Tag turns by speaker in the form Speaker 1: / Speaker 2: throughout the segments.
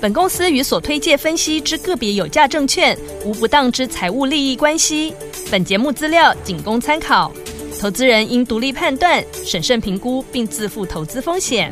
Speaker 1: 本公司与所推介分析之个别有价证券无不当之财务利益关系。本节目资料仅供参考，投资人应独立判断、审慎评估，并自负投资风险。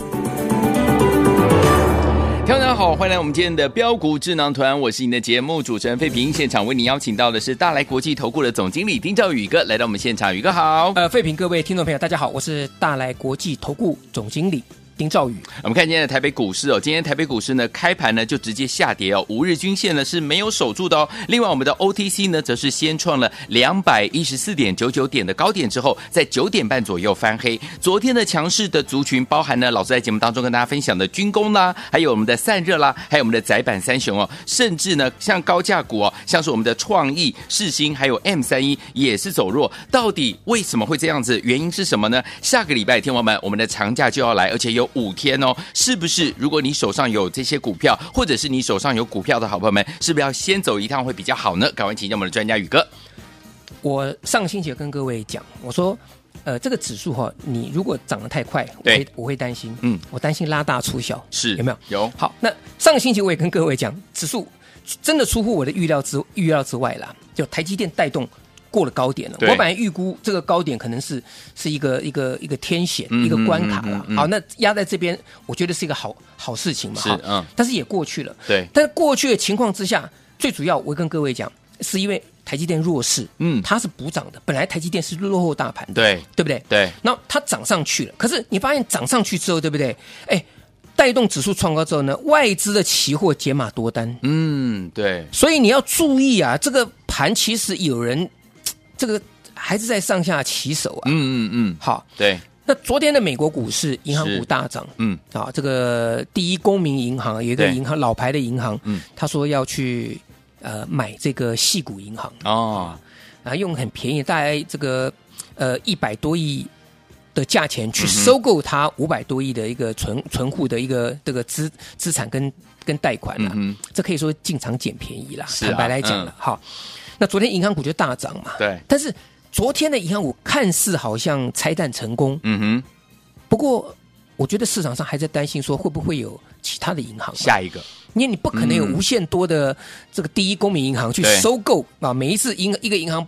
Speaker 2: 听众大家好，欢迎来我们今天的标股智囊团，我是您的节目主持人费平。现场为您邀请到的是大来国际投顾的总经理丁兆宇哥来到我们现场，宇哥好。
Speaker 3: 呃，废品各位听众朋友，大家好，我是大来国际投顾总经理丁兆宇。
Speaker 2: 我们看今天的台北股市哦，今天台北股市呢开盘呢就直接下跌哦，五日均线呢是没有守住的哦。另外，我们的 OTC 呢则是先创了两百一十四点九九点的高点之后，在九点半左右翻黑。昨天的强势的族群包含呢，老师在节目当中跟大家分享的军工啦，还有我们的散热啦，还有我们的窄板三雄哦，甚至呢像高价股哦，像是我们的创意、世新还有 M 三一也是走弱。到底为什么会这样子？原因是什么呢？下个礼拜天王们，我们的长假就要来，而且有五天哦，是不是？如果你手上有这些股票，或者是你手上有股票的好朋友们，是不是要先走一趟会比较好呢？赶快请教我们的专家宇哥。
Speaker 3: 我上星期有跟各位讲，我说，呃，这个指数哈、你如果涨得太快，我
Speaker 2: 对
Speaker 3: 会我会担心，
Speaker 2: 嗯，
Speaker 3: 我担心拉大出小，
Speaker 2: 是
Speaker 3: 有没有？
Speaker 2: 有
Speaker 3: 好，那上个星期我也跟各位讲，指数真的出乎我的预料之预料之外啦，就台积电带动。过了高点了，我
Speaker 2: 对
Speaker 3: 本来预估这个高点可能是是一个一个一个天险、
Speaker 2: 嗯
Speaker 3: 一个关卡
Speaker 2: 嗯嗯
Speaker 3: 了。
Speaker 2: 嗯嗯
Speaker 3: 好，那压在这边，我觉得是一个好好事情嘛。
Speaker 2: 是
Speaker 3: 哈
Speaker 2: 嗯
Speaker 3: 但是也过去了。
Speaker 2: 对
Speaker 3: 但过去的情况之下，最主要我跟各位讲，是因为台积电弱势，
Speaker 2: 嗯
Speaker 3: 它是补涨的。本来台积电是落后大盘的，
Speaker 2: 对
Speaker 3: 对不对？
Speaker 2: 对
Speaker 3: 那它涨上去了，可是你发现涨上去之后，对不对？哎，带动指数创高之后呢，外资的期货解码多单，
Speaker 2: 嗯，对，
Speaker 3: 所以你要注意啊，这个盘其实有人这个还是在上下起手啊。
Speaker 2: 嗯嗯嗯，
Speaker 3: 好，
Speaker 2: 对，
Speaker 3: 那昨天的美国股市，银行
Speaker 2: 是
Speaker 3: 股大涨。
Speaker 2: 嗯，
Speaker 3: 啊，这个第一公民银行有一个
Speaker 2: 对
Speaker 3: 银行老牌的银行，
Speaker 2: 嗯
Speaker 3: 他说要去呃买这个细股银行，
Speaker 2: 哦，
Speaker 3: 然后啊用很便宜，大概这个呃一百多亿的价钱去收购
Speaker 2: 嗯
Speaker 3: 它五百多亿的一个存存户的一个这个资资产跟跟贷款啦，
Speaker 2: 嗯哼，
Speaker 3: 这可以说进场捡便宜啦，
Speaker 2: 是啊
Speaker 3: 坦白来讲了，好，那昨天银行股就大涨嘛，
Speaker 2: 对，
Speaker 3: 但是昨天的银行股看似好像拆弹成功，
Speaker 2: 嗯哼，
Speaker 3: 不过，我觉得市场上还在担心说会不会有其他的银行嘛，啊
Speaker 2: 下一个，
Speaker 3: 因为你不可能有无限多的这个第一公民银行去
Speaker 2: 嗯对
Speaker 3: 收购啊，每一次银一个银行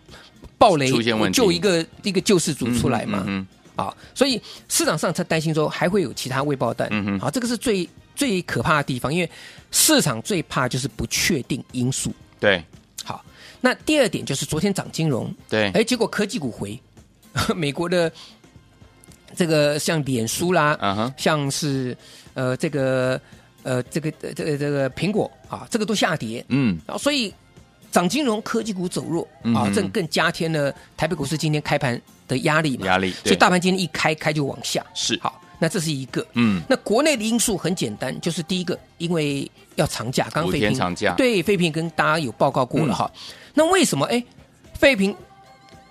Speaker 3: 暴雷
Speaker 2: 出现问题
Speaker 3: 就一个一个救世主出来嘛，
Speaker 2: 嗯
Speaker 3: 啊，所以市场上才担心说还会有其他未爆弹，
Speaker 2: 嗯哼
Speaker 3: 啊，这个是最最可怕的地方，因为市场最怕就是不确定因素。
Speaker 2: 哼，对
Speaker 3: 好，那第二点就是昨天涨金融，
Speaker 2: 对，
Speaker 3: 哎，结果科技股回， 美国的这个像脸书啦，
Speaker 2: 嗯哼，
Speaker 3: 像是呃这个呃这个呃这个这个苹果啊，这个都下跌，
Speaker 2: 嗯，
Speaker 3: 然后所以涨金融科技股走弱
Speaker 2: 嗯
Speaker 3: 啊
Speaker 2: 哼，
Speaker 3: 这更加添了台北股市今天开盘的压力嘛，
Speaker 2: 压力，
Speaker 3: 所以
Speaker 2: 对，
Speaker 3: 大盘今天一开开就往下，
Speaker 2: 是，
Speaker 3: 好，那这是一个。
Speaker 2: 嗯，
Speaker 3: 那国内的因素很简单，就是第一个，因为要长假，刚刚
Speaker 2: 五
Speaker 3: 废
Speaker 2: 天
Speaker 3: 品
Speaker 2: 长假，嗯
Speaker 3: 对废品跟大家有报告过了哈。那为什么哎废品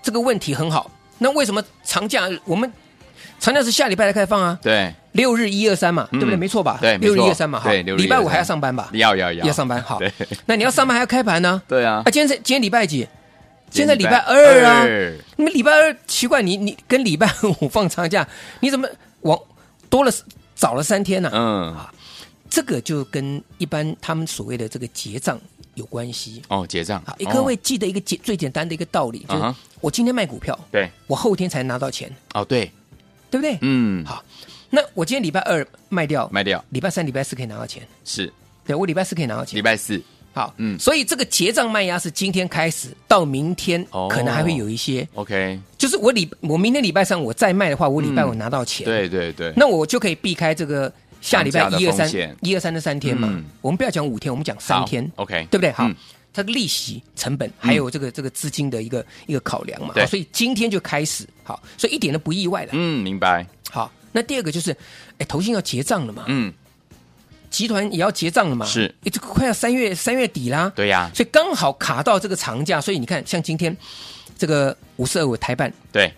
Speaker 3: 这个问题很好？那为什么长假我们长假是下礼拜才开放啊？
Speaker 2: 对，
Speaker 3: 六日一二三嘛，
Speaker 2: 嗯
Speaker 3: 对不对？没错吧？
Speaker 2: 对没
Speaker 3: 六
Speaker 2: 错
Speaker 3: 日一二三嘛，哈
Speaker 2: 对六日
Speaker 3: 礼拜
Speaker 2: 一二
Speaker 3: 五
Speaker 2: 三
Speaker 3: 还要上班吧？
Speaker 2: 要要要
Speaker 3: 要上班好
Speaker 2: 对，
Speaker 3: 那你要上班还要开盘呢？
Speaker 2: 对啊
Speaker 3: 啊，，今天是今天礼拜几？现在礼拜二啊，你们礼拜二奇怪，你你跟礼拜五放长假，你怎么往多了早了三天呢、啊
Speaker 2: 嗯，
Speaker 3: 这个就跟一般他们所谓的这个结账有关系。
Speaker 2: 哦，结账
Speaker 3: 好，，各位记得一个简最简单的一个道理，
Speaker 2: 嗯
Speaker 3: 就是
Speaker 2: 哼
Speaker 3: 我今天卖股票，
Speaker 2: 对，
Speaker 3: 我后天才拿到钱，
Speaker 2: 哦对，
Speaker 3: 对不对？
Speaker 2: 嗯，
Speaker 3: 好，那我今天礼拜二卖掉，
Speaker 2: 卖掉
Speaker 3: 礼拜三、礼拜四可以拿到钱，
Speaker 2: 是
Speaker 3: 对我礼拜四可以拿到
Speaker 2: 礼
Speaker 3: 钱。
Speaker 2: 拜四，
Speaker 3: 好，
Speaker 2: 嗯
Speaker 3: 嗯，所以这个结账卖压是今天开始到明天
Speaker 2: 哦，
Speaker 3: 可能还会有一些，
Speaker 2: OK，
Speaker 3: 就是我礼我明天礼拜三我再卖的话，我礼拜五拿到钱，，
Speaker 2: 对对对，
Speaker 3: 那我就可以避开这个下礼拜
Speaker 2: 涨价的
Speaker 3: 一二
Speaker 2: 风
Speaker 3: 三
Speaker 2: 险
Speaker 3: 一二三这三天嘛
Speaker 2: 嗯。
Speaker 3: 我们不要讲五天，我们讲
Speaker 2: 好
Speaker 3: 三天，
Speaker 2: OK，
Speaker 3: 对不对？好
Speaker 2: 嗯，
Speaker 3: 它的利息成本还有这个这个资金的一个一个考量嘛，
Speaker 2: 对
Speaker 3: 好所以今天就开始好，所以一点都不意外了。
Speaker 2: 嗯，明白，
Speaker 3: 好，那第二个就是，哎，投信要结账了嘛，
Speaker 2: 嗯，
Speaker 3: 集团也要结账了嘛，
Speaker 2: 是
Speaker 3: 诶，这个快要三月三月底啦，
Speaker 2: 对呀
Speaker 3: 所以刚好卡到这个长假，所以你看，像今天这个五四二五台办
Speaker 2: 对，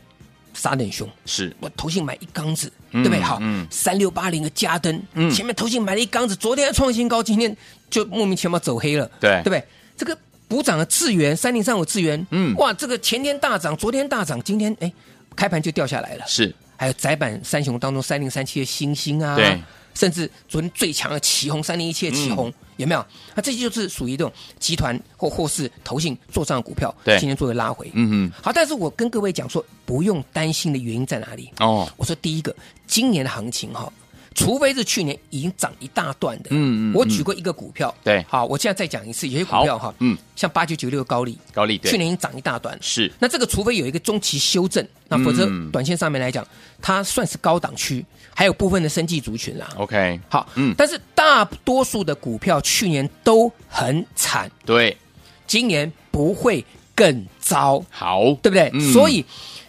Speaker 3: 杀得很凶，
Speaker 2: 是
Speaker 3: 我投信买一缸子，
Speaker 2: 嗯
Speaker 3: 对不对？好
Speaker 2: 嗯，
Speaker 3: 三六八零的加登，
Speaker 2: 嗯
Speaker 3: 前面投信买了一缸子，昨天还创新高，今天就莫名其妙走黑了，
Speaker 2: 对
Speaker 3: 对不对？这个补涨的智源三零三五智源，
Speaker 2: 嗯
Speaker 3: 哇，这个前天大涨，昨天大涨，今天哎开盘就掉下来了，
Speaker 2: 是，
Speaker 3: 还有窄板三雄当中三零三七的星星啊，
Speaker 2: 对，嗯
Speaker 3: 甚至昨天最强的旗红三零一七的旗红、有没有？那这些就是属于这种集团或或是投信做账的股票，
Speaker 2: 对
Speaker 3: 今天做个拉回。
Speaker 2: 嗯
Speaker 3: 好，但是我跟各位讲说，不用担心的原因在哪里？
Speaker 2: 哼，哦，
Speaker 3: 我说第一个，今年的行情哈、除非是去年已经涨一大段的，
Speaker 2: 嗯嗯
Speaker 3: 我举过一个股票，
Speaker 2: 对
Speaker 3: 好，我现在再讲一次，有些股
Speaker 2: 好
Speaker 3: 票哈，
Speaker 2: 嗯，
Speaker 3: 像八九九六高丽，
Speaker 2: 高丽对
Speaker 3: 去年已经涨一大段了，
Speaker 2: 是
Speaker 3: 那这个除非有一个中期修正，那否则
Speaker 2: 嗯
Speaker 3: 短线上面来讲，它算是高档区，还有部分的生技族群啦。
Speaker 2: ，OK，
Speaker 3: 好，
Speaker 2: 嗯
Speaker 3: 嗯，但是大多数的股票去年都很惨，
Speaker 2: 对，
Speaker 3: 今年不会更糟，
Speaker 2: 好，
Speaker 3: 对不对？
Speaker 2: 嗯
Speaker 3: 所以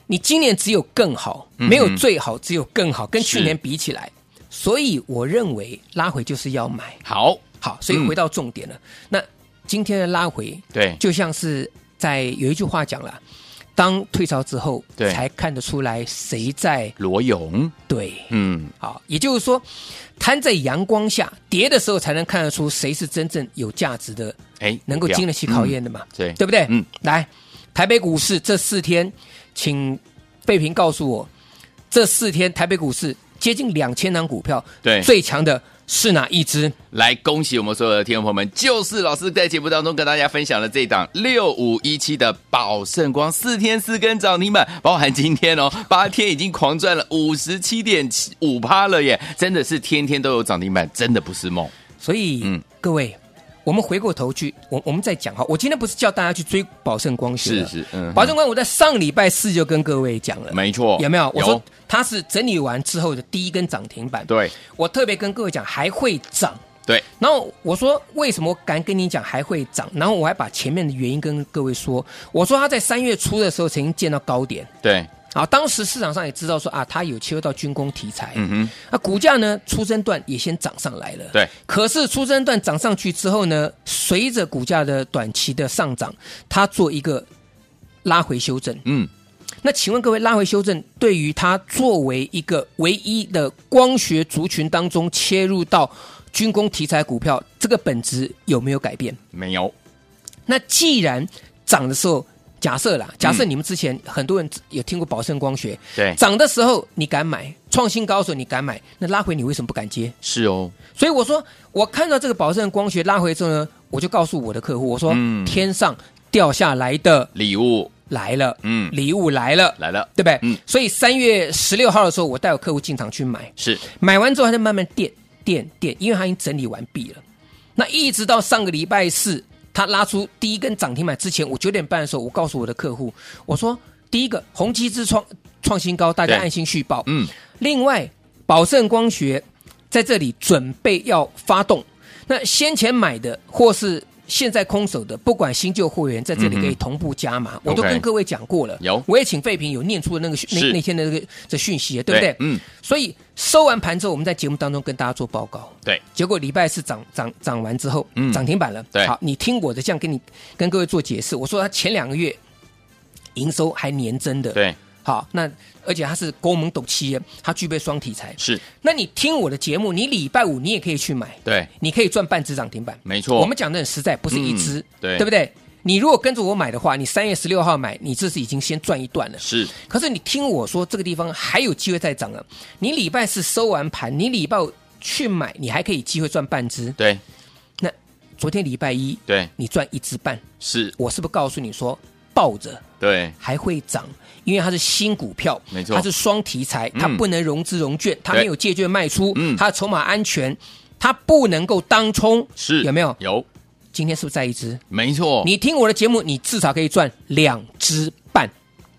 Speaker 3: 你今年只有更好，没有最好，只有更好，跟去
Speaker 2: 是
Speaker 3: 年比起来，所以我认为拉回就是要买。
Speaker 2: 好，
Speaker 3: 好，所以
Speaker 2: 嗯
Speaker 3: 回到重点了。那今天的拉回，
Speaker 2: 对，
Speaker 3: 就像是在有一句话讲了，当退潮之后，
Speaker 2: 对
Speaker 3: 才看得出来谁在
Speaker 2: 罗勇，
Speaker 3: 对。
Speaker 2: 嗯，
Speaker 3: 好，也就是说，摊在阳光下跌的时候，才能看得出谁是真正有价值的，
Speaker 2: 哎，
Speaker 3: 能够
Speaker 2: 股票
Speaker 3: 经得起考，
Speaker 2: 嗯
Speaker 3: 验的嘛，
Speaker 2: 对
Speaker 3: 对不对？
Speaker 2: 嗯
Speaker 3: 嗯，来，台北股市这四天，请贝平告诉我，这四天台北股市接近两千档股票，
Speaker 2: 对
Speaker 3: 最强的是哪一只？
Speaker 2: 来恭喜我们所有的听众朋友们，就是老师在节目当中跟大家分享了这一档六五一七的宝盛光四天四根涨停板，包含今天哦，八天已经狂赚了五十七点五趴了耶，真的是天天都有涨停板，真的不是梦。
Speaker 3: 所以，
Speaker 2: 嗯
Speaker 3: 各位，我们回过头去，我我们再讲哈，我今天不是叫大家去追宝盛光学
Speaker 2: 是
Speaker 3: 了
Speaker 2: 是，嗯，
Speaker 3: 宝盛光，我在上礼拜四就跟各位讲了，
Speaker 2: 没错，
Speaker 3: 有没有？我
Speaker 2: 有
Speaker 3: 说，它是整理完之后的第一根涨停板。
Speaker 2: 对
Speaker 3: 我特别跟各位讲还会涨。
Speaker 2: 对，
Speaker 3: 然后我说为什么我敢跟你讲还会涨？然后我还把前面的原因跟各位说，我说它在三月初的时候曾经见到高点，
Speaker 2: 对，
Speaker 3: 啊，当时市场上也知道说啊，它有切入到军工题材，
Speaker 2: 嗯哼，
Speaker 3: 那股价呢，出生段也先涨上来了。
Speaker 2: 对。
Speaker 3: 可是出生段涨上去之后呢，随着股价的短期的上涨，它做一个拉回修正。
Speaker 2: 嗯，
Speaker 3: 那请问各位，拉回修正对于它作为一个唯一的光学族群当中切入到军工题材股票，这个本质有没有改变？
Speaker 2: 没有，
Speaker 3: 那既然涨的时候，假设啦，假
Speaker 2: 嗯
Speaker 3: 设你们之前很多人有听过宝盛光学，
Speaker 2: 对，
Speaker 3: 涨的时候你敢买，创新高的时候你敢买，那拉回你为什么不敢接？
Speaker 2: 是哦，
Speaker 3: 所以我说，我看到这个宝盛光学拉回之后呢，我就告诉我的客户，我说、
Speaker 2: 嗯
Speaker 3: 天上掉下来的
Speaker 2: 礼物
Speaker 3: 来了，
Speaker 2: 嗯
Speaker 3: 礼物来了，
Speaker 2: 来了，
Speaker 3: 对不对？
Speaker 2: 嗯
Speaker 3: 所以三月十六号的时候，我带我客户进场去买，
Speaker 2: 是
Speaker 3: 买完之后它就慢慢垫垫垫，因为它已经整理完毕了。那一直到上个礼拜四，它拉出第一根涨停板之前，我九点半的时候，我告诉我的客户，我说第一个宏基之创创新高，大家
Speaker 2: 对
Speaker 3: 按心续报。
Speaker 2: 嗯，
Speaker 3: 另外，宝盛光学在这里准备要发动，那先前买的或是。现在空手的，不管新旧货源，在这里可以同步加码，我都
Speaker 2: OK
Speaker 3: 跟各位讲过了。
Speaker 2: 有
Speaker 3: 我也请费平有念出那个讯那
Speaker 2: 是
Speaker 3: 那天的那个这讯息，对不对？
Speaker 2: 嗯，
Speaker 3: 所以收完盘之后，我们在节目当中跟大家做报告。
Speaker 2: 对，
Speaker 3: 结果礼拜四涨涨涨完之后
Speaker 2: 嗯，
Speaker 3: 涨停板了。
Speaker 2: 对
Speaker 3: 好，你听我的，这样跟你跟各位做解释。我说它前两个月营收还年增的，，
Speaker 2: 对，
Speaker 3: 好，那而且它是国门董企业，它具备双题材。
Speaker 2: 是，
Speaker 3: 那你听我的节目，你礼拜五你也可以去买，
Speaker 2: 对，
Speaker 3: 你可以赚半只涨停板。
Speaker 2: 没错，
Speaker 3: 我们讲的很实在，不是一只
Speaker 2: 嗯，对
Speaker 3: 对不对？你如果跟着我买的话，你三月十六号买，你这是已经先赚一段了。
Speaker 2: 是
Speaker 3: 可是你听我说，这个地方还有机会再涨啊！你礼拜四收完盘，你礼拜五去买，你还可以机会赚半只。
Speaker 2: 对
Speaker 3: 那昨天礼拜一，
Speaker 2: 对
Speaker 3: 你赚一只半，
Speaker 2: 是，
Speaker 3: 我是不是告诉你说抱着
Speaker 2: 对
Speaker 3: 还会涨？因为它是新股票，
Speaker 2: 没错
Speaker 3: 它是双题材，
Speaker 2: 嗯
Speaker 3: 它不能融资融券，它没有借券卖出
Speaker 2: 嗯，
Speaker 3: 它的筹码安全，它不能够当冲，
Speaker 2: 是，
Speaker 3: 有没有？
Speaker 2: 有，
Speaker 3: 今天是不是再一只？
Speaker 2: 没错，
Speaker 3: 你听我的节目，你至少可以赚两只半，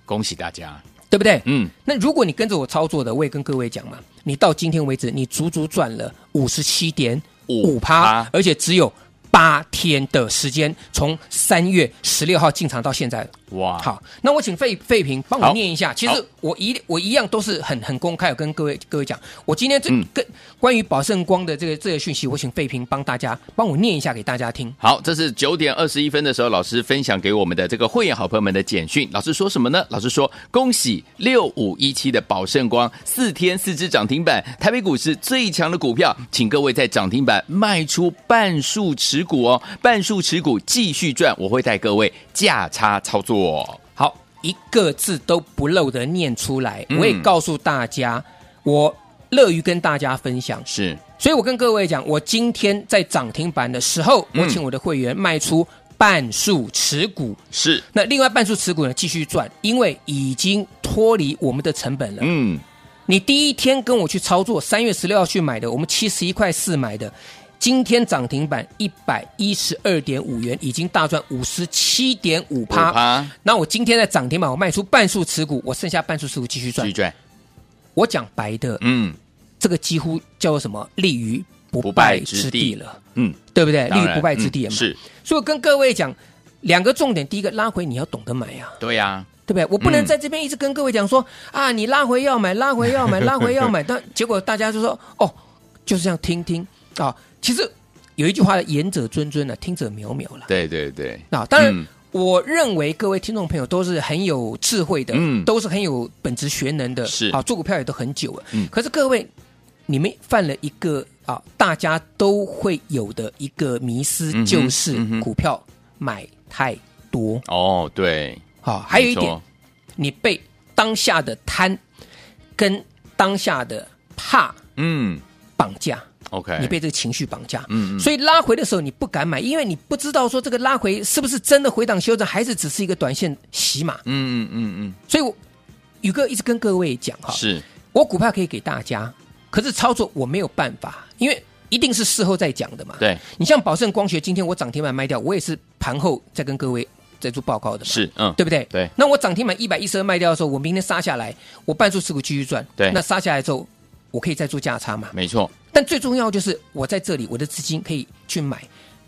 Speaker 2: 恭喜大家，
Speaker 3: 对不对？
Speaker 2: 嗯，
Speaker 3: 那如果你跟着我操作的，我也跟各位讲嘛，你到今天为止，你足足赚了五十七点五
Speaker 2: 5%
Speaker 3: 趴，而且只有八天的时间，从三月十六号进场到现在，
Speaker 2: 哇，
Speaker 3: 好，那我请费费平帮我
Speaker 2: 啊好
Speaker 3: 念一下。其
Speaker 2: 好
Speaker 3: 实我一我一样都是很很公开，有跟各位各位讲，我今天这
Speaker 2: 嗯
Speaker 3: 跟、关于宝盛光的这个这个讯息，我请费平帮大家帮我念一下给大家听。
Speaker 2: 好，这是九点二十一分的时候，老师分享给我们的这个会员好朋友们的简讯。老师说什么呢？老师说，恭喜六五一七的宝盛光四天四只涨停板，台北股市最强的股票，请各位在涨停板卖出半数持股哦， 半数持股继续赚，我会带各位价差操作、哦。
Speaker 3: 好，一个字都不漏的念出来。
Speaker 2: 嗯
Speaker 3: 我也告诉大家，我乐于跟大家分享。
Speaker 2: 是
Speaker 3: 所以我跟各位讲，我今天在涨停板的时候，
Speaker 2: 嗯
Speaker 3: 我请我的会员卖出半数持股。
Speaker 2: 是，
Speaker 3: 那另外半数持股呢，继续赚，因为已经脱离我们的成本了。
Speaker 2: 嗯，
Speaker 3: 你第一天跟我去操作，三月十六号去买的，我们七十一块四买的，今天涨停板一百一十二点五元，已经大赚五十七点五
Speaker 2: 啪
Speaker 3: 趴。
Speaker 2: 啪，
Speaker 3: 那我今天在涨停板，我卖出半数持股，我剩下半数持股继续
Speaker 2: 继
Speaker 3: 赚
Speaker 2: 续。赚，
Speaker 3: 我讲白的，
Speaker 2: 嗯
Speaker 3: 这个几乎叫做什么立于
Speaker 2: 不
Speaker 3: 不
Speaker 2: 败
Speaker 3: 败
Speaker 2: 之
Speaker 3: 之
Speaker 2: 地
Speaker 3: 地了，
Speaker 2: 嗯，
Speaker 3: 对不对？立
Speaker 2: 当
Speaker 3: 于
Speaker 2: 然
Speaker 3: 哎不败之地
Speaker 2: 嗯
Speaker 3: 了嘛。
Speaker 2: 是，
Speaker 3: 所以我跟各位讲两个重点，第一个拉回你要懂得买呀、啊。
Speaker 2: 对呀、
Speaker 3: 对不对？我不
Speaker 2: 嗯
Speaker 3: 能在这边一直跟各位讲说、啊，你拉回要买，拉回要买，拉回要买，但结果大家就说哦，就是这样听听啊。其实有一句话，言者谆谆了，听者渺渺了。
Speaker 2: 对对对，
Speaker 3: 啊，当然，
Speaker 2: 嗯
Speaker 3: 我认为各位听众朋友都是很有智慧的，
Speaker 2: 嗯
Speaker 3: 都是很有本职学能的，
Speaker 2: 是
Speaker 3: 啊，做股票也都很久了。
Speaker 2: 嗯
Speaker 3: 可是各位，你们犯了一个啊，大家都会有的一个迷失，
Speaker 2: 嗯哼
Speaker 3: 就是
Speaker 2: 嗯哼
Speaker 3: 股票买太多
Speaker 2: 哦，对，
Speaker 3: 啊。还有一
Speaker 2: 没
Speaker 3: 点
Speaker 2: 错，，
Speaker 3: 你被当下的贪跟当下的怕
Speaker 2: 嗯
Speaker 3: 绑架，
Speaker 2: ，OK，
Speaker 3: 你被这个情绪绑架。
Speaker 2: 哎嗯嗯
Speaker 3: 所以拉回的时候你不敢买，因为你不知道说这个拉回是不是真的回档修正，还是只是一个短线洗码。
Speaker 2: 嗯嗯嗯
Speaker 3: 所以我宇哥一直跟各位讲
Speaker 2: 嗯，
Speaker 3: 哈，
Speaker 2: 是
Speaker 3: 我股票可以给大家，可是操作我没有办法，因为一定是事后再讲的嘛。，
Speaker 2: 对，
Speaker 3: 你像宝盛光学，今天我涨停板卖掉，我也是盘后再跟各位再做报告的嘛。
Speaker 2: 是，嗯，
Speaker 3: 对不对？
Speaker 2: 对
Speaker 3: 那我涨停板一百一十二卖掉的时候，我明天杀下来，我半数持股继续赚。
Speaker 2: 对
Speaker 3: 那杀下来之后，我可以再做价差嘛？
Speaker 2: 没错，
Speaker 3: 但最重要就是我在这里，我的资金可以去买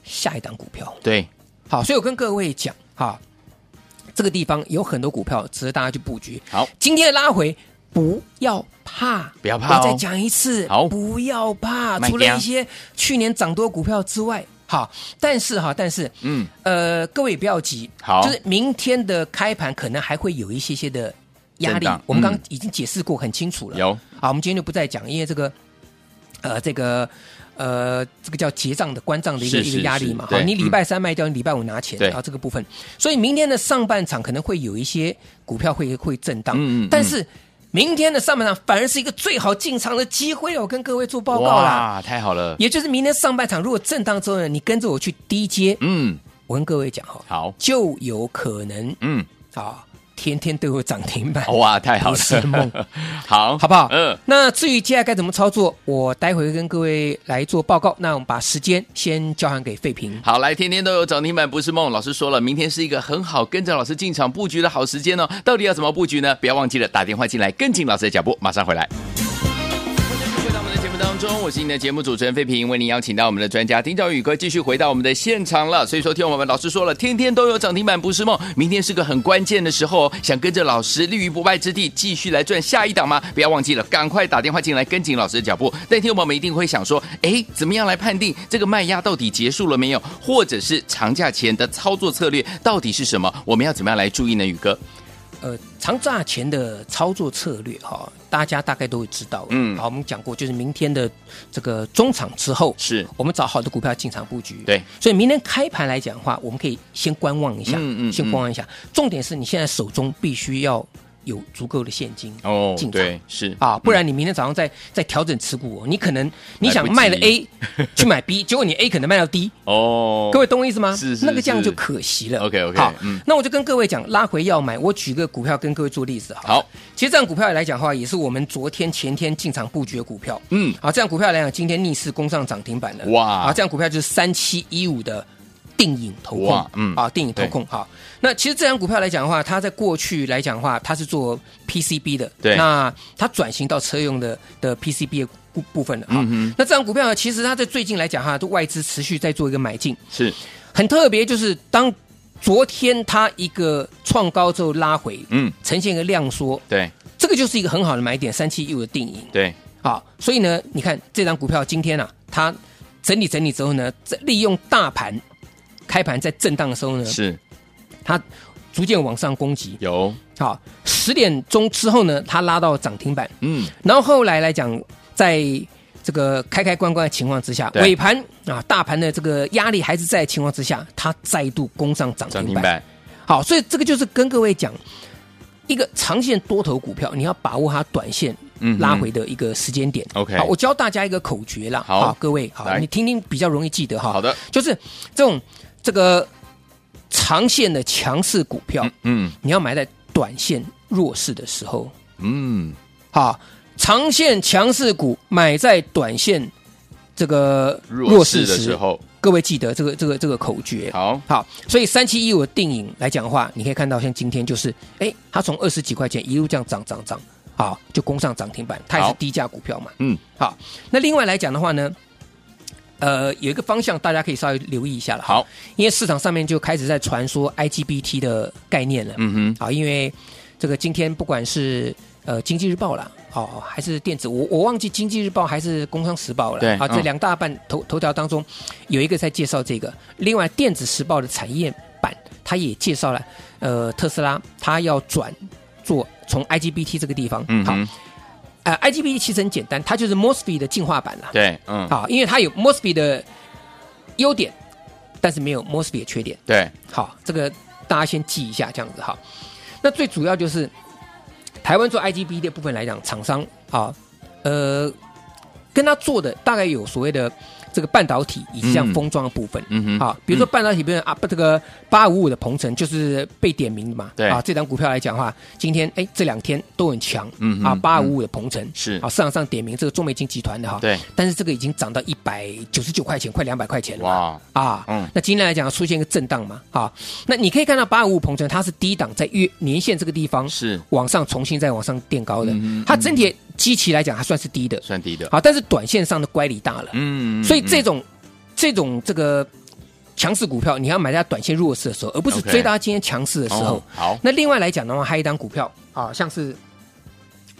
Speaker 3: 下一档股票。
Speaker 2: 对，
Speaker 3: 好，所以我跟各位讲，哈，这个地方有很多股票值得大家去布局。
Speaker 2: 好，
Speaker 3: 今天的拉回不要怕，
Speaker 2: 不要怕哦
Speaker 3: 我再讲一次，
Speaker 2: 好
Speaker 3: 不要怕。
Speaker 2: 卖
Speaker 3: 除了
Speaker 2: 家
Speaker 3: 一些去年涨多股票之外，好，但是哈，但是
Speaker 2: 嗯，
Speaker 3: 呃，各位也不要急，
Speaker 2: 好
Speaker 3: 就是明天的开盘可能还会有一些些的压
Speaker 2: 震
Speaker 3: 力
Speaker 2: 荡，
Speaker 3: 我们刚
Speaker 2: 嗯
Speaker 3: 刚已经解释过很清楚了。
Speaker 2: 有
Speaker 3: 好，我们今天就不再讲，因为这个，呃，这个。呃，这个叫结账的关账的一个
Speaker 2: 是是
Speaker 3: 一个压力嘛，
Speaker 2: 是对嗯
Speaker 3: 好，你礼拜三卖掉，你礼拜五拿钱
Speaker 2: 对，
Speaker 3: 啊，这个部分，所以明天的上半场可能会有一些股票会会震荡，
Speaker 2: 嗯嗯嗯
Speaker 3: 但是明天的上半场反而是一个最好进场的机会了，我跟各位做报告啦，
Speaker 2: 哇，太好了，
Speaker 3: 也就是明天上半场如果震荡之后呢，你跟着我去低阶，
Speaker 2: 嗯，
Speaker 3: 我跟各位讲哈，
Speaker 2: 好，
Speaker 3: 就有可能
Speaker 2: 嗯，
Speaker 3: 啊，天天都有涨停板，
Speaker 2: 哇，太好
Speaker 3: 不是梦
Speaker 2: 了， 好，
Speaker 3: 好不好？
Speaker 2: 嗯，
Speaker 3: 那至于接下来该怎么操作，我待会跟各位来做报告。那我们把时间先交还给费平。
Speaker 2: 好，来，天天都有涨停板不是梦。老师说了，明天是一个很好跟着老师进场布局的好时间哦。到底要怎么布局呢？不要忘记了打电话进来，跟紧老师的脚步，马上回来。回到我们的节目当中，我是您的节目主持人费平，为您邀请到我们的专家丁兆宇哥继续回到我们的现场了。所以说，听我们老师说了，天天都有涨停板不是梦，明天是个很关键的时候哦。想跟着老师立于不败之地，继续来赚下一档吗？不要忘记了，赶快打电话进来跟紧老师的脚步。但听我们一定会想说，哎，怎么样来判定这个卖压到底结束了没有，或者是长假前的操作策略到底是什么？我们要怎么样来注意呢？宇哥，
Speaker 3: 呃，长炸前的操作策略哈、大家大概都会知道。
Speaker 2: 嗯
Speaker 3: 好，我们讲过，就是明天的这个中场之后，
Speaker 2: 是
Speaker 3: 我们找好的股票进场布局。
Speaker 2: 对，
Speaker 3: 所以明天开盘来讲的话，我们可以先观望一下，
Speaker 2: 嗯嗯
Speaker 3: 先观望一下。重点是你现在手中必须要有足够的现金
Speaker 2: 哦
Speaker 3: 进场。
Speaker 2: 对，是嗯
Speaker 3: 啊，不然你明天早上再再调整持股、哦，你可能你想
Speaker 2: 来不及
Speaker 3: 卖了 A 去买 B，结果你 A 可能卖到 D，
Speaker 2: 哦，
Speaker 3: 各位懂我意思吗？
Speaker 2: 是是
Speaker 3: 那个这样
Speaker 2: 是
Speaker 3: 就可惜了。
Speaker 2: OK，OK，
Speaker 3: 好，
Speaker 2: 嗯
Speaker 3: 那我就跟各位讲，拉回要买。我举个股票跟各位做例子好了
Speaker 2: 好，
Speaker 3: 其实这样股票来讲的话，也是我们昨天前天进场布局的股票。
Speaker 2: 嗯
Speaker 3: 好，这样股票来讲，今天逆势攻上涨停板了。
Speaker 2: 哇
Speaker 3: 啊，这样股票就是三七一五的定影投控
Speaker 2: 哇。嗯
Speaker 3: 啊，定影投控。好，那其实这张股票来讲的话，它在过去来讲的话，它是做 PCB 的。
Speaker 2: 对
Speaker 3: 那它转型到车用的的 PCB 的部部分了。哈、
Speaker 2: 嗯
Speaker 3: 那这张股票呢，其实它在最近来讲哈，都外资持续在做一个买进。
Speaker 2: 是
Speaker 3: 很特别，就是当昨天它一个创高之后拉回，
Speaker 2: 嗯，
Speaker 3: 呈现一个量缩，
Speaker 2: 对
Speaker 3: 这个就是一个很好的买点，三七一五的定盈。
Speaker 2: 对，
Speaker 3: 好，所以呢，你看这张股票今天啊，它整理整理之后呢，这利用大盘开盘在震荡的时候呢，
Speaker 2: 是
Speaker 3: 它逐渐往上攻击。
Speaker 2: 有，
Speaker 3: 好，十点钟之后呢，它拉到涨停板，
Speaker 2: 嗯，
Speaker 3: 然后后来来讲，在这个开开关关的情况之下，
Speaker 2: 对
Speaker 3: 尾盘啊，大盘的这个压力还是在的情况之下，它再度攻上涨
Speaker 2: 涨停
Speaker 3: 停板。
Speaker 2: 板，
Speaker 3: 好，所以这个就是跟各位讲，一个长线多头股票，你要把握它短线
Speaker 2: 嗯哼
Speaker 3: 拉回的一个时间点。
Speaker 2: OK
Speaker 3: 好，我教大家一个口诀啦。
Speaker 2: 好
Speaker 3: 各位，好，
Speaker 2: 来
Speaker 3: 你听听比较容易记得哈。
Speaker 2: 好，的，
Speaker 3: 就是这种这个长线的强势股票，
Speaker 2: 嗯嗯
Speaker 3: 你要买在短线弱势的时候。
Speaker 2: 嗯，
Speaker 3: 好，长线强势股买在短线这个
Speaker 2: 弱势的时
Speaker 3: 时，
Speaker 2: 候，
Speaker 3: 各位记得这个这个这个口诀。
Speaker 2: 好，
Speaker 3: 好，所以三七一五的定影来讲的话，你可以看到像今天就是，哎，它从二十几块钱一路这样涨涨涨，好，就攻上涨停板，它也
Speaker 2: 好
Speaker 3: 是低价股票嘛。
Speaker 2: 嗯，
Speaker 3: 好，那另外来讲的话呢，呃，有一个方向大家可以稍微留意一下了。
Speaker 2: 好，
Speaker 3: 因为市场上面就开始在传说 IGBT 的概念了。
Speaker 2: 嗯哼，
Speaker 3: 好，因为这个今天不管是呃《经济日报》啦，哦，还是电子，我我忘记《经济日报》还是《工商时报》了。
Speaker 2: 对
Speaker 3: 啊，这
Speaker 2: 嗯
Speaker 3: 两大半头头条当中有一个在介绍这个，另外《电子时报》的产业版，它也介绍了，呃，特斯拉它要转做从 IGBT 这个地方。
Speaker 2: 嗯
Speaker 3: 好，
Speaker 2: 哼，
Speaker 3: 呃，IGBT 其实很简单，它就是 MOSFET 的进化版啦。
Speaker 2: 对，嗯，
Speaker 3: 好，因为它有 MOSFET 的优点，但是没有 MOSFET 的缺点。
Speaker 2: 对，
Speaker 3: 好，这个大家先记一下，这样子哈。那最主要就是台湾做 IGB 的部分来讲，厂商啊，呃，跟他做的大概有所谓的这个半导体以及像
Speaker 2: 嗯
Speaker 3: 封装的部分。
Speaker 2: 嗯哼，
Speaker 3: 好，比如说半导体，比如啊，不这个八五五的鹏程就是被点名的嘛。
Speaker 2: 对
Speaker 3: 啊，这档股票来讲的话，今天哎这两天都很强。
Speaker 2: 嗯
Speaker 3: 啊，
Speaker 2: 嗯
Speaker 3: 八五五的鹏程
Speaker 2: 是
Speaker 3: 啊，市场上点名这个中美金集团的哈。
Speaker 2: 嗯，。对，
Speaker 3: 但是这个已经涨到一百九十九块钱，快两百块钱了嘛。
Speaker 2: 哇，
Speaker 3: 啊，
Speaker 2: 嗯
Speaker 3: 那今天来讲出现一个震荡嘛，啊，那你可以看到八五五鹏程它是低档在月年线这个地方
Speaker 2: 是
Speaker 3: 往上重新再往上垫高的，
Speaker 2: 嗯嗯
Speaker 3: 它整体基期来讲还算是低的，啊
Speaker 2: 算低的，
Speaker 3: 好，但是短线上的乖离大了，
Speaker 2: 嗯，嗯
Speaker 3: 所以这
Speaker 2: 嗯
Speaker 3: 种这种这个强势股票，你要买在短线弱势的时候，而不是
Speaker 2: OK
Speaker 3: 追到它今天强势的时候
Speaker 2: 哦。好，
Speaker 3: 那另外来讲的话，还有一档股票啊，像是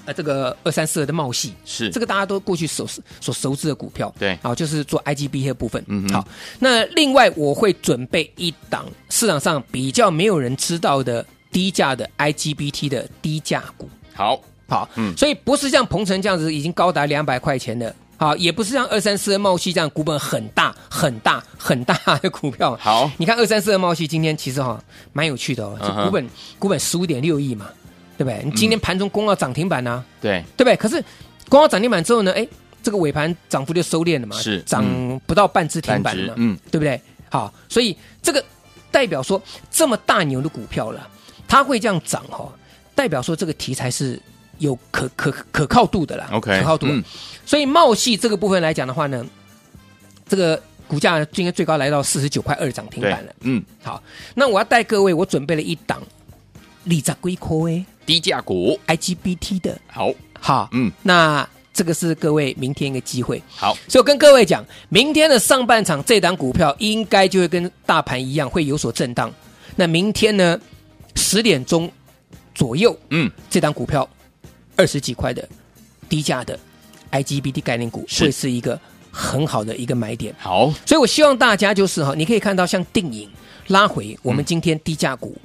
Speaker 3: 呃这个二三四二的茂系，
Speaker 2: 是
Speaker 3: 这个大家都过去所所熟知的股票，
Speaker 2: 对
Speaker 3: 好，就是做 IGB 的部分。
Speaker 2: 嗯哼
Speaker 3: 好，那另外我会准备一档市场上比较没有人知道的低价的 IGBT 的低价股。
Speaker 2: 好，
Speaker 3: 好，
Speaker 2: 嗯
Speaker 3: 所以不是像鹏程这样子已经高达两百块钱的，好，也不是像二三四二茂系这样股本很大很大很大的股票。
Speaker 2: 好，
Speaker 3: 你看二三四二茂系今天其实哈、蛮有趣的哦，
Speaker 2: 嗯
Speaker 3: 就
Speaker 2: 哼嗯
Speaker 3: 股本、股本十五点六亿嘛，对不对？你今天盘中攻到涨停板啊呢、
Speaker 2: 对，
Speaker 3: 对不对？可是光到涨停板之后呢，哎，这个尾盘涨幅就收敛了嘛，
Speaker 2: 是嗯
Speaker 3: 涨不到半只停板了嘛，
Speaker 2: 半只嗯
Speaker 3: 对不对？好，所以这个代表说这么大牛的股票了，它会这样涨哈、哦，代表说这个题材是有可可可靠度的啦
Speaker 2: OK，
Speaker 3: 可靠度。
Speaker 2: 嗯
Speaker 3: 所以茂系这个部分来讲的话呢，这个股价今天最高来到四十九块二涨停
Speaker 2: 对
Speaker 3: 板了。，
Speaker 2: 嗯，
Speaker 3: 好，那我要带各位，我准备了一档利扎龟科诶
Speaker 2: 低价股，
Speaker 3: 哎 IGBT 的，
Speaker 2: 好，
Speaker 3: 好，
Speaker 2: 嗯，
Speaker 3: 那这个是各位明天一个机会，
Speaker 2: 好，
Speaker 3: 所以我跟各位讲，明天的上半场这档股票应该就会跟大盘一样会有所震荡。那明天呢，十点钟左右，
Speaker 2: 嗯，
Speaker 3: 这档股票二十几块的低价的 IGBT 概念股
Speaker 2: 是
Speaker 3: 会是一个很好的一个买点。
Speaker 2: 好，
Speaker 3: 所以我希望大家就是哈，你可以看到像定影拉回，我们今天低价股。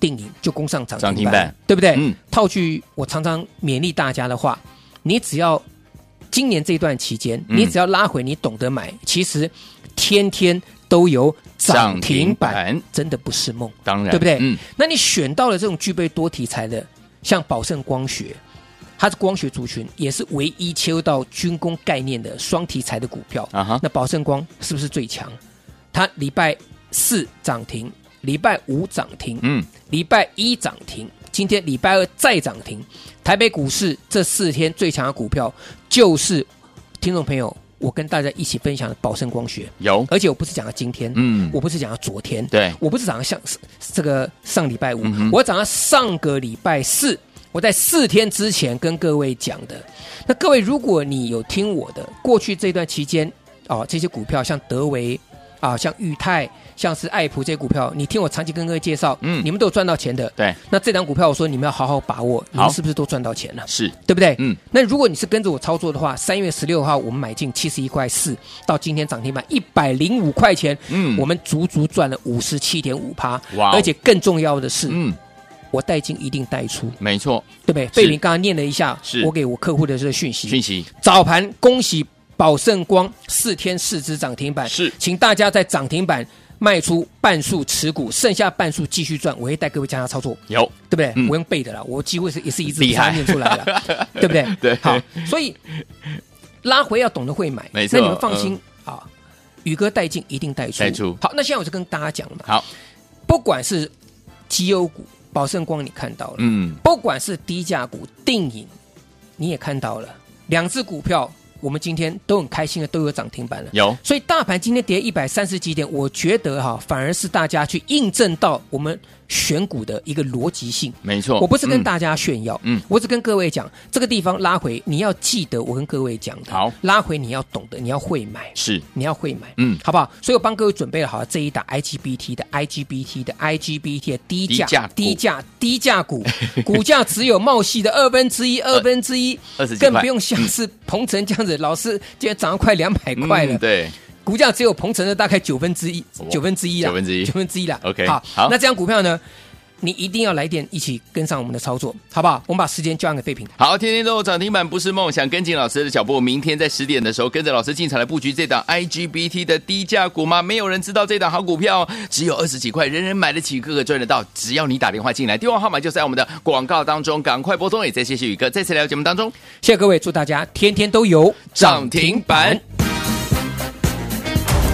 Speaker 3: 定影就攻上涨停
Speaker 2: 涨
Speaker 3: 板，
Speaker 2: 停板
Speaker 3: 对不对？
Speaker 2: 嗯
Speaker 3: 套句我常常勉励大家的话，你只要今年这段期间，
Speaker 2: 嗯
Speaker 3: 你只要拉回，你懂得买，其实天天都有涨停板，
Speaker 2: 涨停板
Speaker 3: 真的不是梦，
Speaker 2: 当然，
Speaker 3: 对不对？
Speaker 2: 嗯，
Speaker 3: 那你选到了这种具备多题材的，像宝盛光学，它是光学族群，也是唯一切入到军工概念的双题材的股票。
Speaker 2: 啊哈，
Speaker 3: 那宝盛光是不是最强？它礼拜四涨停，礼拜五涨停，
Speaker 2: 嗯，
Speaker 3: 礼拜一涨停，今天礼拜二再涨停。台北股市这四天最强的股票就是听众朋友，我跟大家一起分享的宝盛光学，
Speaker 2: 有，
Speaker 3: 而且我不是讲到今天，
Speaker 2: 哦嗯，
Speaker 3: 我不是讲到昨天，
Speaker 2: 对，
Speaker 3: 我不是讲到像这个上礼拜五，
Speaker 2: 哎嗯哼
Speaker 3: 我讲到上个礼拜四。我在四天之前跟各位讲的，那各位，如果你有听我的，过去这段期间哦，这些股票像德维啊、像裕泰、像是爱普这些股票，你听我长期跟各位介绍，
Speaker 2: 嗯
Speaker 3: 嗯，你们都有赚到钱的。
Speaker 2: 对，
Speaker 3: 那这档股票，我说你们要好好把握，你们
Speaker 2: 好
Speaker 3: 是不是都赚到钱了？
Speaker 2: 是
Speaker 3: 对不对？
Speaker 2: 嗯。
Speaker 3: 那如果你是跟着我操作的话，三月十六号我们买进七十一块四，到今天涨停板一百零五块钱，
Speaker 2: 嗯
Speaker 3: 我们足足赚了五十七点五趴。
Speaker 2: 哇哦
Speaker 3: 而且更重要的是，
Speaker 2: 嗯，
Speaker 3: 我带进一定带出，
Speaker 2: 没错，
Speaker 3: 对不对？贝林刚刚念了一下
Speaker 2: 是，
Speaker 3: 我给我客户的这个讯息。
Speaker 2: 讯息
Speaker 3: 早盘恭喜宝盛光四天四只涨停板，
Speaker 2: 是
Speaker 3: 请大家在涨停板卖出半数持股，剩下半数继续赚，我会带各位加强操作。
Speaker 2: 有
Speaker 3: 对不对？
Speaker 2: 嗯
Speaker 3: 我用背的啦，我几乎是也是一字
Speaker 2: 厉
Speaker 3: 不
Speaker 2: 害
Speaker 3: 差念出来 了，对不对？
Speaker 2: 对
Speaker 3: 好，所以拉回要懂得会买，
Speaker 2: 没错嗯
Speaker 3: 那你们放心啊，宇哥带进一定带出，
Speaker 2: 带出
Speaker 3: 好，那现在我就跟大家讲了嘛，
Speaker 2: 好，
Speaker 3: 不管是绩优股、宝盛光，你看到了，
Speaker 2: 嗯，
Speaker 3: 不管是低价股、定影，你也看到了，两只股票我们今天都很开心的都有涨停板了。
Speaker 2: 有
Speaker 3: 所以大盘今天跌一百三十几点，我觉得哈、反而是大家去印证到我们选股的一个逻辑性。
Speaker 2: 没错，
Speaker 3: 我不是跟
Speaker 2: 嗯
Speaker 3: 大家炫耀，
Speaker 2: 嗯
Speaker 3: 嗯，我只跟各位讲，这个地方拉回，你要记得我跟各位讲的，
Speaker 2: 好，
Speaker 3: 拉回你要懂得，你要会买，
Speaker 2: 嗯是
Speaker 3: 你要会买，
Speaker 2: 嗯
Speaker 3: 好不好？所以我帮各位准备了好这一档 IGBT 的 IGBT 的 IGBT 的低
Speaker 2: 低价
Speaker 3: 价
Speaker 2: 股
Speaker 3: 低价低 价股，股价只有茂系的二分之一，二分之一
Speaker 2: 二十几块，
Speaker 3: 更不用像是鹏程这样子，老师今天涨到快两百块了
Speaker 2: 嗯，对，
Speaker 3: 股价只有鹏程的大概九分之一
Speaker 2: 哇，
Speaker 3: 九分之一啦，
Speaker 2: 哦九分之一
Speaker 3: 九分之一啦。
Speaker 2: OK，
Speaker 3: 好，
Speaker 2: 好
Speaker 3: 那这样股票呢，你一定要来电一起跟上我们的操作，好不好？我们把时间交还给废品。
Speaker 2: 好，天天都有涨停板不是梦，想跟紧老师的脚步，明天在十点的时候跟着老师进场来布局这档 IGBT 的低价股吗？没有人知道这档好股票哦，只有二十几块，人人买得起，个个赚得到。只要你打电话进来，电话号码就在我们的广告当中，赶快拨通。也再谢谢宇哥再次来到节目当中，
Speaker 3: 谢谢各位，祝大家天天都有
Speaker 2: 涨停板。